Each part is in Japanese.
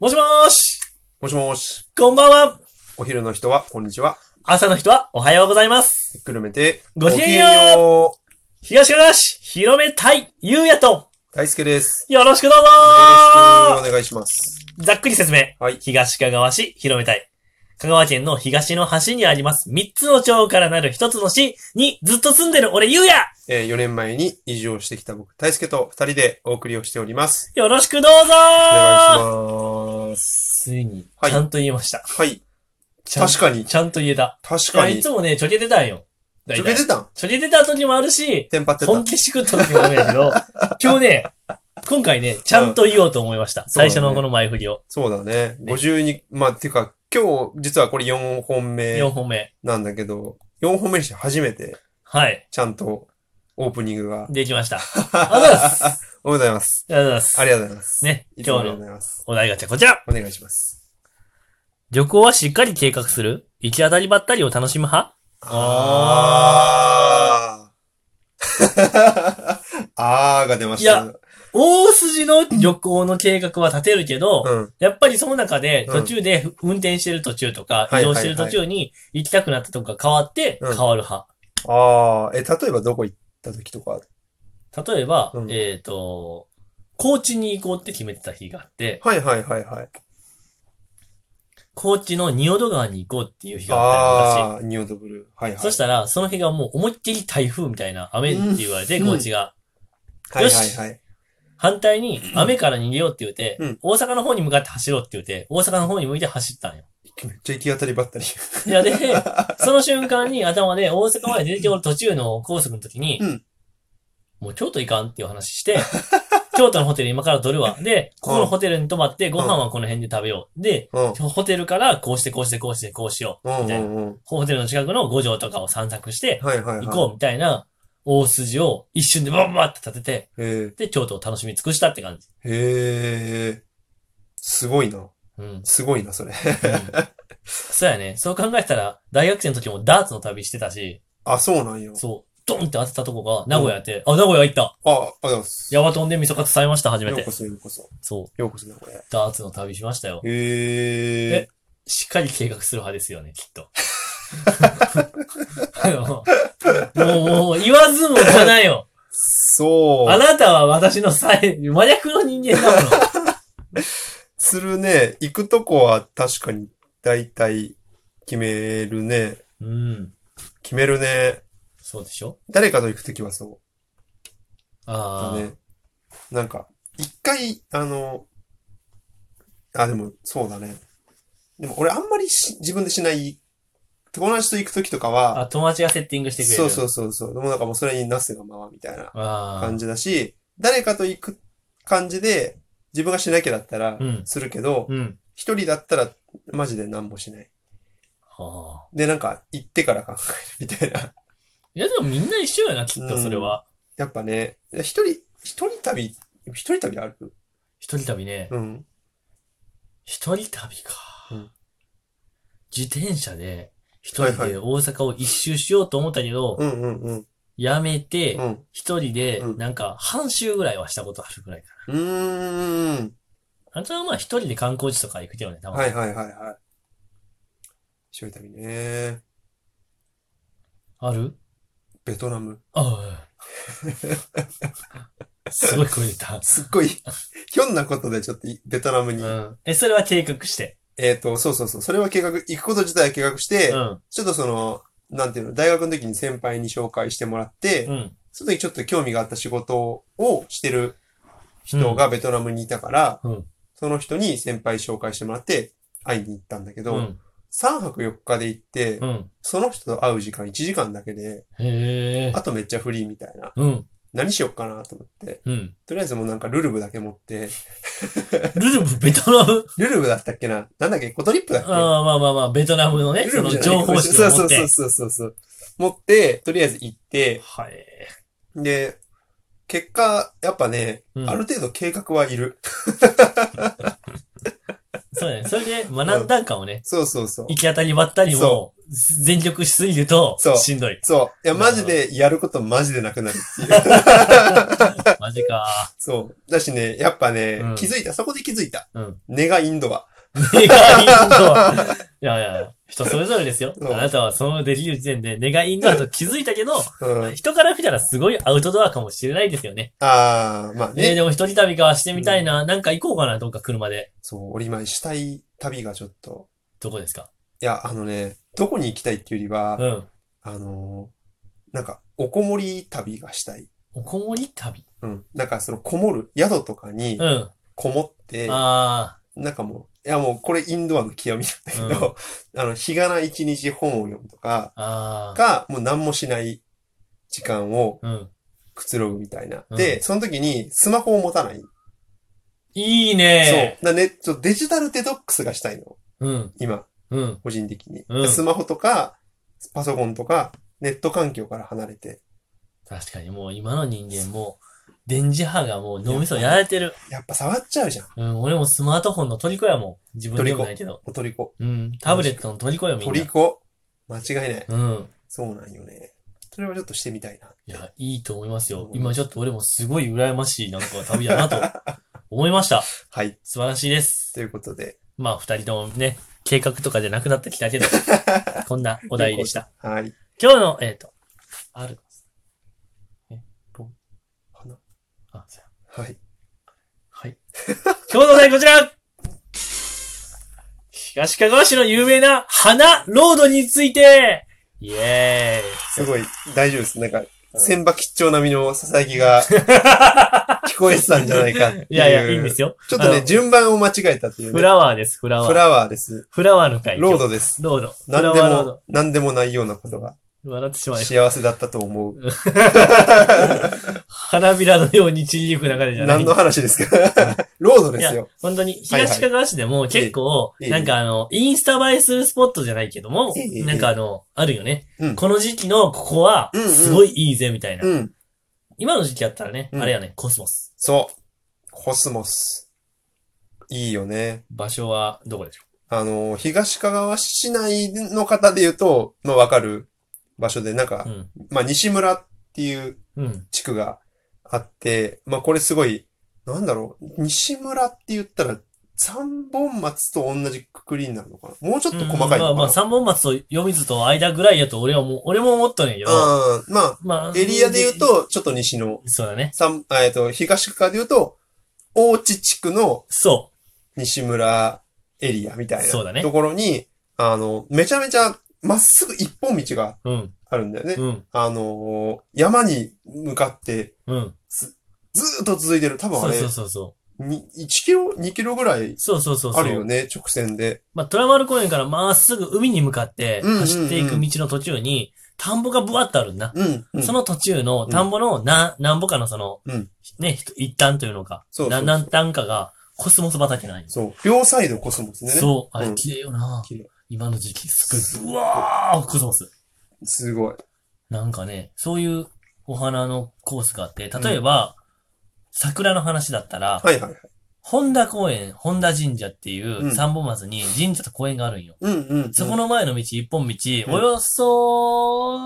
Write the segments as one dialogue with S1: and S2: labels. S1: もしもーし
S2: もしもし。
S1: こんばんは
S2: お昼の人は、こんにちは。
S1: 朝の人はおはようございます
S2: ひっくるめて、
S1: ごきげんよう
S2: よ
S1: 東かがわ市広めたいゆうやと
S2: う大輔です。
S1: よろしくどうぞ
S2: よろし
S1: ー
S2: くお願いします。
S1: ざっくり説明。
S2: はい
S1: 東かがわ市広めたい。香川県の東の端にあります3つの町からなる1つの市にずっと住んでる俺ゆうや
S2: えー、4年前に移住をしてきた僕、大輔と2人でお送りをしております。
S1: よろしくどうぞー
S2: お願いします。
S1: ついに、
S2: はい
S1: ちゃんと言えました。
S2: はい。
S1: ちゃん
S2: 確かに、
S1: ちゃんと言えた。
S2: 確
S1: いや
S2: か
S1: い
S2: に。
S1: つもね、ちょけてたんよ。
S2: ち
S1: 大
S2: ょけ
S1: 体
S2: てたん
S1: ちょけてた時もあるし、
S2: テンパってた。
S1: 本気しくった時もあるんやけ ど、今日ね、今回ね、ちゃんと言おうと思いました。最初のこの前振りを。
S2: そうだね。
S1: ね
S2: 52、まあ、てか、今日、実はこれ4本目
S1: 4本目。
S2: なんだけど、4本目にして初めて、
S1: はい。
S2: ちゃんと、オープニングが。
S1: できま した。ありがとうございます。あり
S2: おめでとうございます。
S1: がとうございます。
S2: ありがとうございます。
S1: ね、
S2: いつもあ
S1: 今日
S2: りがとう
S1: の
S2: ございます。
S1: お題ガチャこちら。
S2: お願いします。
S1: 旅行はしっかり計画する行き当たりばったりを楽しむ派あ
S2: あー。あーが出ました。
S1: い大筋の旅行の計画は立てるけど、
S2: うん。
S1: やっぱりその中で、
S2: うん
S1: 途中で運転してる途中とか、
S2: は
S1: 移
S2: い
S1: 動してる途中に行きたくなったとこが変わって、変
S2: うん
S1: わる派。
S2: あー、え、例えばどこ行った時とか。
S1: 例えば、
S2: うん
S1: えっ、と、高知に行こうって決めてた日があって、
S2: はいはいはいはい。
S1: 高知の仁淀川に行こうっていう日があったり
S2: あー、ニオドブルー。はいはい。
S1: そしたら、その日がもう思いっきり台風みたいな雨って言われて、
S2: うん
S1: 高知が。
S2: はいはいはい。
S1: 反対に、雨から逃げようって言うて、
S2: うん
S1: 大阪の方に向かって走ろうって言うて、大阪の方に向いて走ったんよ。
S2: めっちゃ行き当たりばったり。
S1: い や、で、その瞬間に頭で大阪まで出ておる途中の高速の時に、
S2: うん
S1: もう京都行かんっていう話して、 京都のホテル今から取るわ。で、ここのホテルに泊まって、ご飯はこの辺で食べよう。で、
S2: うん。
S1: ホテルからこうしてこうしてこうしてこうしよ
S2: う
S1: う。み
S2: んう
S1: たいな。
S2: んうん。
S1: ホテルの近くの五条とかを散策して、
S2: はいはいはい。
S1: 行こうみたいな大筋を一瞬でバンバンって立てて、
S2: う。へ
S1: で、京都を楽しみ尽くしたって感じ。
S2: え。へえ。すごいな。
S1: うん。 うん
S2: すごいな、それ。
S1: そうやね。そう考えたら、大学生の時もダーツの旅してたし、
S2: あ、そうなんよ。
S1: そう、ドンって当てたとこが名古屋やって、あ、名古屋行った
S2: あ、ありがとうございます。
S1: ヤバトンで味噌カツされました、初め
S2: よう
S1: て
S2: こ。そようこそ。
S1: そ
S2: ようこそな、これ
S1: う。。ダーツの旅しましたよ。
S2: へえ。
S1: しっかり計画する派ですよね、きっと。あのもう、もう、言わずもがないよ。
S2: そう。
S1: あなたは私の最、真逆の人間だもの。
S2: するね。行くとこは確かに大体決めるね。
S1: うん。
S2: 決めるね。
S1: そうでしょ
S2: 誰かと行くときはそうだ
S1: ああ、
S2: ね。なんか、一回、あの、あ、でも、そうだね。でも俺あんまりし自分でしない、友達と行くときとかは、
S1: あ、友達がセッティングしてくれる。
S2: そうそうそうそう。でもなんかもうそれになすがままみたいな
S1: あ
S2: 感
S1: あ。
S2: じだし、誰かと行く感じで、自分がしなきゃだったら
S1: うん
S2: するけど、
S1: うん。
S2: 一人だったらマジで何もしない。
S1: はあ。
S2: で、なんか、行ってから考えるみたいな。
S1: いや、でもみんな一緒やな、きっとそれは。
S2: やっぱね、一人、一人旅、一人旅ある
S1: 一人旅ね。
S2: うん。
S1: 一人旅か
S2: うん。
S1: 自転車で、一
S2: はい
S1: 人
S2: はい
S1: で大阪を一周しようと思ったけど
S2: う、んうんうん。
S1: やめて
S2: う、ん。
S1: 一人で、
S2: うん
S1: なんか、半周ぐらいはしたことあるぐらいか
S2: うーん。
S1: な。あとはまあ一人で観光地とか行くけどね、多分。
S2: はいはいはいはい。一人旅ね。
S1: ある
S2: ベトナム。
S1: あ あ。すごい声出た。
S2: すっごい、 ひょんなことでちょっといベトナム
S1: う
S2: に。
S1: ん。え、それは計画して。
S2: えっと、そうそうそう。それは計画、行くこと自体は計画して、
S1: うん。
S2: ちょっとその、なんていうの、大学の時に先輩に紹介してもらって、
S1: うん。
S2: その時ちょっと興味があった仕事をしてる人がベトナムにいたから、
S1: うん
S2: その人に先輩紹介してもらって会いに行ったんだけ
S1: う
S2: ど、
S1: ん。
S2: 3泊4日で行って、
S1: うん。
S2: その人と会う時間1時間だけで、
S1: へえ。
S2: あとめっちゃフリーみたいな。
S1: うん。
S2: 何しよっかなと思って。
S1: うん。
S2: とりあえずもうなんかルルブだけ持って、
S1: ルルブ、ベトナム
S2: ルルブだったっけななんだっけコトリップだっ け
S1: ああ、まあまあまあ、ベトナムのね、
S2: ル
S1: そ
S2: ルブ
S1: の
S2: じゃない
S1: 情報誌を持っ
S2: そ
S1: て
S2: う。そうそうそうそう。持って、とりあえず行って、
S1: はい。
S2: で、結果、やっぱね、
S1: うん
S2: ある程度計画はいる。
S1: そうだね。それで学んだんかもね。
S2: そうそうそう。
S1: 行き当たりばったりも
S2: そ、
S1: 全力しすぎると
S2: そ、う
S1: しんどい。
S2: そう。いや、マジでやることマジでなくなる。
S1: マジジか。
S2: そう。だしね、やっぱね、
S1: うん
S2: 気づいた、そこで気づいた。
S1: うん。
S2: 根がインドは。
S1: ネガインドはいやいや、人それぞれですよ。
S2: う
S1: あ
S2: ん
S1: なたはそのできる時点でネガインドだと気づいたけど、
S2: うん。
S1: 人から見たらすごいアウトドアかもしれないですよね。
S2: あー、まあ
S1: ね
S2: ね。
S1: でも一人旅かはしてみたいな。なんか行こうかな、どっか車で。
S2: そう、俺今したい旅がちょっと。
S1: どこですか
S2: いや、あのね、どこに行きたいっていうよりは、
S1: うん。
S2: あのーなんか、おこもり旅がしたい。
S1: おこもり旅
S2: うん。なんか、その、こもる、宿とかに
S1: うん。あ
S2: こもって、
S1: あ
S2: なんかもう、いやもう、これインドアの極みなんだけど、あの、日がな一日本を読むとか、
S1: ー、ああ。
S2: か、もう何もしない時間を
S1: うん。
S2: くつろぐみたいな。
S1: うん
S2: で、その時にスマホを持たない。
S1: いいね
S2: そう。だね、ちょっとデジタルデトックスがしたいの。
S1: う。うん。
S2: 今、
S1: うん。
S2: 個人的に。
S1: うん
S2: スマホとか、パソコンとか、ネット環境から離れて。
S1: 確かにもう今の人間も、電磁波がもう脳みそやられてる。
S2: やっぱ触っちゃうじゃん。
S1: うん。俺もスマートフォンの虜やもん。自分でもないけど。
S2: おとりこ。
S1: うん。タブレットの虜よ、み
S2: と
S1: ん
S2: り
S1: な。
S2: こ。間違いない。
S1: うん。
S2: そうなんよね。それはちょっとしてみたいな。
S1: いや、いいと思いますよ。今ちょっと俺もすごい羨ましいなんか旅だな と思いました。
S2: はい。
S1: 素晴らしいです。
S2: ということで。
S1: まあ、二人ともね、計画とかじゃなくなってきたけ ど、こんなお題でした。
S2: はい。
S1: 今日の、えっ、と、ある。
S2: 花
S1: あ、そうや
S2: はい。
S1: はい。今日のお題こちら東かがわ市の有名な花ロードについてイエ
S2: すごい、大丈夫です。なんか、千葉吉兆並みのささぎ が聞こえてたんじゃないかっていう。
S1: ーイいやいや、いいんですよ。
S2: ちょっと
S1: あ
S2: ね、
S1: の
S2: 順番を間違えたっていう
S1: フ
S2: ね。
S1: ラワーです、フラワ
S2: フ
S1: ー。
S2: ラワーです。
S1: フラワーの会。
S2: ロードです。
S1: ロード。フラ
S2: 何
S1: ワ
S2: で
S1: ーロード
S2: も。、何でもないようなことが
S1: 笑ってしまいました。
S2: 幸せだったと思う。
S1: 花びらのように散りゆく中でじゃない。
S2: 何の話ですか ロードですよ。
S1: 本当に、
S2: はいはい
S1: 東かがわ市でも結構、
S2: ええ
S1: なんかあの、インスタ映えするスポットじゃないけども
S2: ええええ、
S1: なんかあの、あるよね
S2: うん。
S1: この時期のここは
S2: うんう、ん
S1: すごいいいぜ、みたいな。
S2: うん。
S1: 今の時期やったらね、
S2: うん
S1: あれやね、コスモス。
S2: そう。コスモス。いいよね。
S1: 場所はどこでしょ
S2: あの、東かがわ市内の方で言うと、まあ、わかる場所で、なんか
S1: う。う、ん。
S2: まあ、西村っていう
S1: うん。
S2: 地区があって、まあ、これすごい、なんだろう、西村って言ったら、三本松と同じくくりになるのかなもうちょっと細かい
S1: まあ
S2: の
S1: ま
S2: か
S1: あ、三本松と夜水と間ぐらいやと俺はもう、俺も思ったんやけど。
S2: なうん、まあ、
S1: まあ、
S2: エリアで言う。と、ちょっと西の、
S1: そうだね。
S2: 三、あえっと、東区からで言うと、大地地区の
S1: そ
S2: 西村エリアみたい
S1: そうだ
S2: な
S1: ね
S2: ところに、あの、めちゃめちゃまっすぐ一本道が
S1: う。うん。
S2: あるんだよね。
S1: うん。
S2: あのー山に向かって
S1: うん。
S2: ずーっと続いてる。多分あ
S1: そう
S2: れ、
S1: そうそうそう。
S2: に1キロ、2キロぐらい
S1: そうそうそうそ
S2: あ
S1: う。
S2: るよね、直線で。
S1: まあ、虎丸公園からまっすぐ海に向かって
S2: うんうんうん
S1: 走っていく道の途中に、田んぼがブワッとあるんだ。
S2: うん、うん。
S1: その途中の田んぼのな、なんぼかのその、
S2: うん
S1: ね、ひと一端というのか、
S2: そうそうそ
S1: な
S2: う
S1: 何端かがコスモス畑なんよ
S2: そう。両サイドコスモスでね。
S1: そう、あ
S2: う
S1: れ
S2: ん
S1: 綺麗よな、
S2: 綺麗
S1: 今の時期、すごい、うわー、コスモス。
S2: すごい。
S1: なんかね、そういうお花のコースがあって、例えば、桜の話だったら、
S2: はいはいはい。
S1: 本田公園、本田神社っていううん三本松に神社と公園があるんよ。
S2: うんうん、うん。
S1: そこの前の道、一本道、
S2: うん
S1: およそ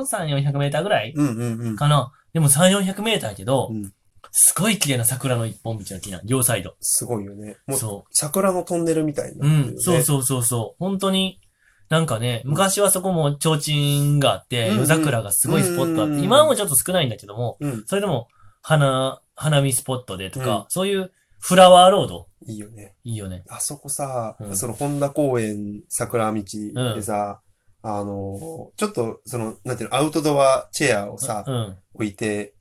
S1: 3、400メーターぐらい
S2: うんうんうん。
S1: かな。でも3、400メーターやけど、
S2: うん
S1: すごい綺麗な桜の一本道の木な、両サイド。
S2: すごいよね。もう、
S1: そ
S2: 桜のトンネルみたいに
S1: う。う
S2: なってるよね。
S1: ん、そうそうそうそう。本当に、なんかね、昔はそこも提灯があって、
S2: うんうん
S1: 夜桜がすごいスポットあっ
S2: うんうん
S1: て、
S2: うん
S1: 今はもうちょっと少ないんだけども、
S2: うん。
S1: それでも、花、花見スポットでとか、
S2: うん
S1: そういうフラワーロード、
S2: いいよね。
S1: いいよね。
S2: あそこさ、
S1: うん
S2: その本田公園桜道でさ、あの、ちょっと、その、なんていうの、アウトドアチェアをさ、
S1: うん。
S2: 置いて、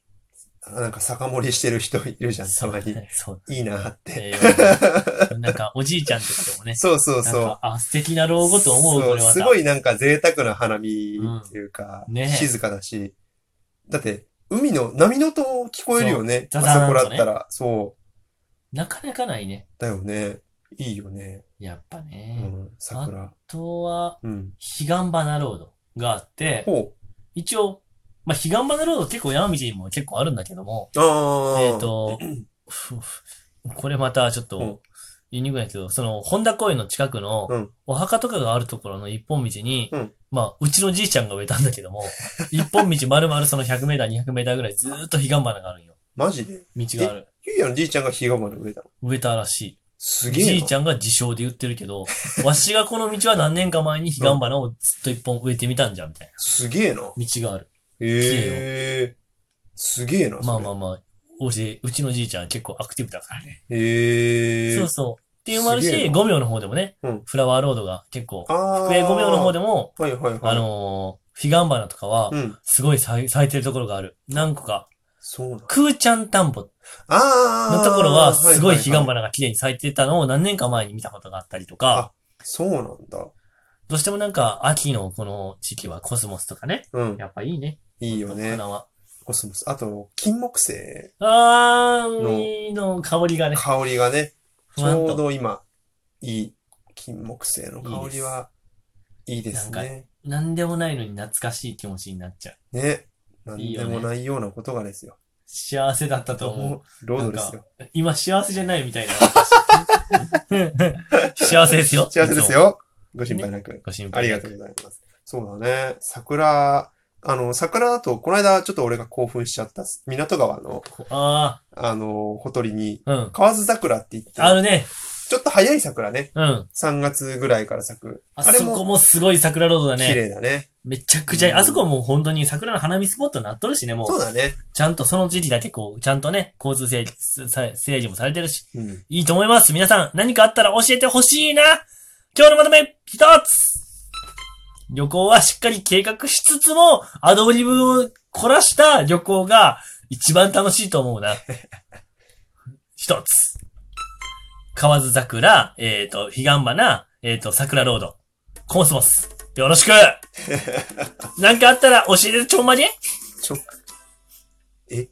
S2: なんか酒盛りしてる人いるじゃん、たまに。
S1: そう。
S2: いいなって。
S1: えーなんか、おじいちゃんとかでもね、
S2: そうそう
S1: なん
S2: そう。
S1: か、あ、素敵な老後と思う、これまた。
S2: すごいなんか贅沢な花見っていうか、
S1: うんね
S2: 静かだし、だって、海の波の音聞こえるよね。
S1: そう
S2: あ
S1: ザザーン
S2: そ
S1: と
S2: こ
S1: ね
S2: だったら。そう。
S1: なかなかないね。
S2: だよね。いいよね。
S1: やっぱ
S2: う
S1: ね。あ
S2: ん。桜。
S1: とは、
S2: うん。
S1: 彼岸花ロードがあって、
S2: ほ
S1: 一応、まあ、彼岸花ロード結構山道にも結構あるんだけども、
S2: う。ああ。
S1: えっ、と、ふふこれまたちょっ
S2: うん
S1: と、言いにくいんだけど、その、本田公園の近く
S2: う
S1: の
S2: ん、
S1: お墓とかがあるところの一本道に、
S2: うん
S1: まあ、うちのじいちゃんが植えたんだけども、一本道丸々その100メーター、200メーターぐらいずーっと彼岸花があるんよ。
S2: マジで
S1: 道がある。
S2: ゆうやのじいちゃんがヒガバナ植えたの。
S1: 植えたらしい。
S2: すげえな。
S1: じいちゃんが自称で言ってるけ ど、わしがこの道は何年か前に彼岸花をずっと一本植えてみたんじゃん、みたい
S2: すげえな。
S1: な。道がある。
S2: ええすげえな。
S1: まあま
S2: あ。
S1: あまあ、おし、うちのじいちゃん結構アクティブだからね。
S2: ええ
S1: そうそう。っていうのもある
S2: すげえ
S1: し、
S2: な
S1: 5秒の方でもね
S2: うん、
S1: フラワーロードが結構、
S2: ああ。
S1: 福江5秒の方
S2: で。
S1: でも、
S2: はいはいはい。
S1: あ、のー、彼岸花とかは
S2: う、ん。
S1: すごい咲い咲いてるところがある。何個か。
S2: そうなの。
S1: クーちゃん田んぼ
S2: ああ。
S1: のところは、すごい彼岸
S2: はいはいはい
S1: 花が綺麗に咲いてたのを何年か前に見たことがあったりとか、
S2: そうなんだ。
S1: どうしてもなんか、秋のこの時期はコスモスとかね、
S2: うん。
S1: やっぱいいね。
S2: いいよね。
S1: 花は。
S2: コスモス。あと、金木犀。
S1: あー、海の香りがね、
S2: 香りがね、
S1: ふ
S2: ち
S1: わっ
S2: ょう
S1: と。
S2: ど今、いい。金木犀の香りは、いいですね。
S1: 何でもないのに懐かしい気持ちになっちゃう。
S2: ね。なん
S1: いいよ
S2: で
S1: ね
S2: もないようなことがですよ。
S1: 幸せだったと思う。
S2: ロードですよ。
S1: 今幸せじゃないみたいな。 幸せですよ。
S2: 幸せです。よ。ご心配なく。
S1: ご心
S2: あ
S1: 配
S2: り
S1: な
S2: がとう
S1: く。
S2: ございます。そうだね。桜、あの、桜だと、この間ちょっと俺が興奮しちゃった、港川の、
S1: あ
S2: あの、ほとりに、
S1: あ、うん。
S2: 河津桜って言って、
S1: あるね。
S2: ちょっと早い桜ね。
S1: うん。
S2: 3月ぐらいから咲く。
S1: あ
S2: れ
S1: そこ
S2: も
S1: もすごい桜ロードだ
S2: 綺
S1: ね。
S2: 麗だね。
S1: めちゃくちゃいい、
S2: うん
S1: あそこもう本当に桜の花見スポットになっとるしね、も。
S2: そううだね。
S1: ちゃんとその時期だけこう、ちゃんとね、交通整理さ整理もされてるし、
S2: うん。
S1: いいと思います。皆さん、何かあったら教えてほしいな今日のまとめ、一つ旅行はしっかり計画しつつも、アドリブを凝らした旅行が一番楽しいと思うな。一つ。河津桜、えっ、と、彼岸花、えっ、と、桜ロード、コスモス。よろしく何かあったら教えてちょんまげ
S2: ちょ、え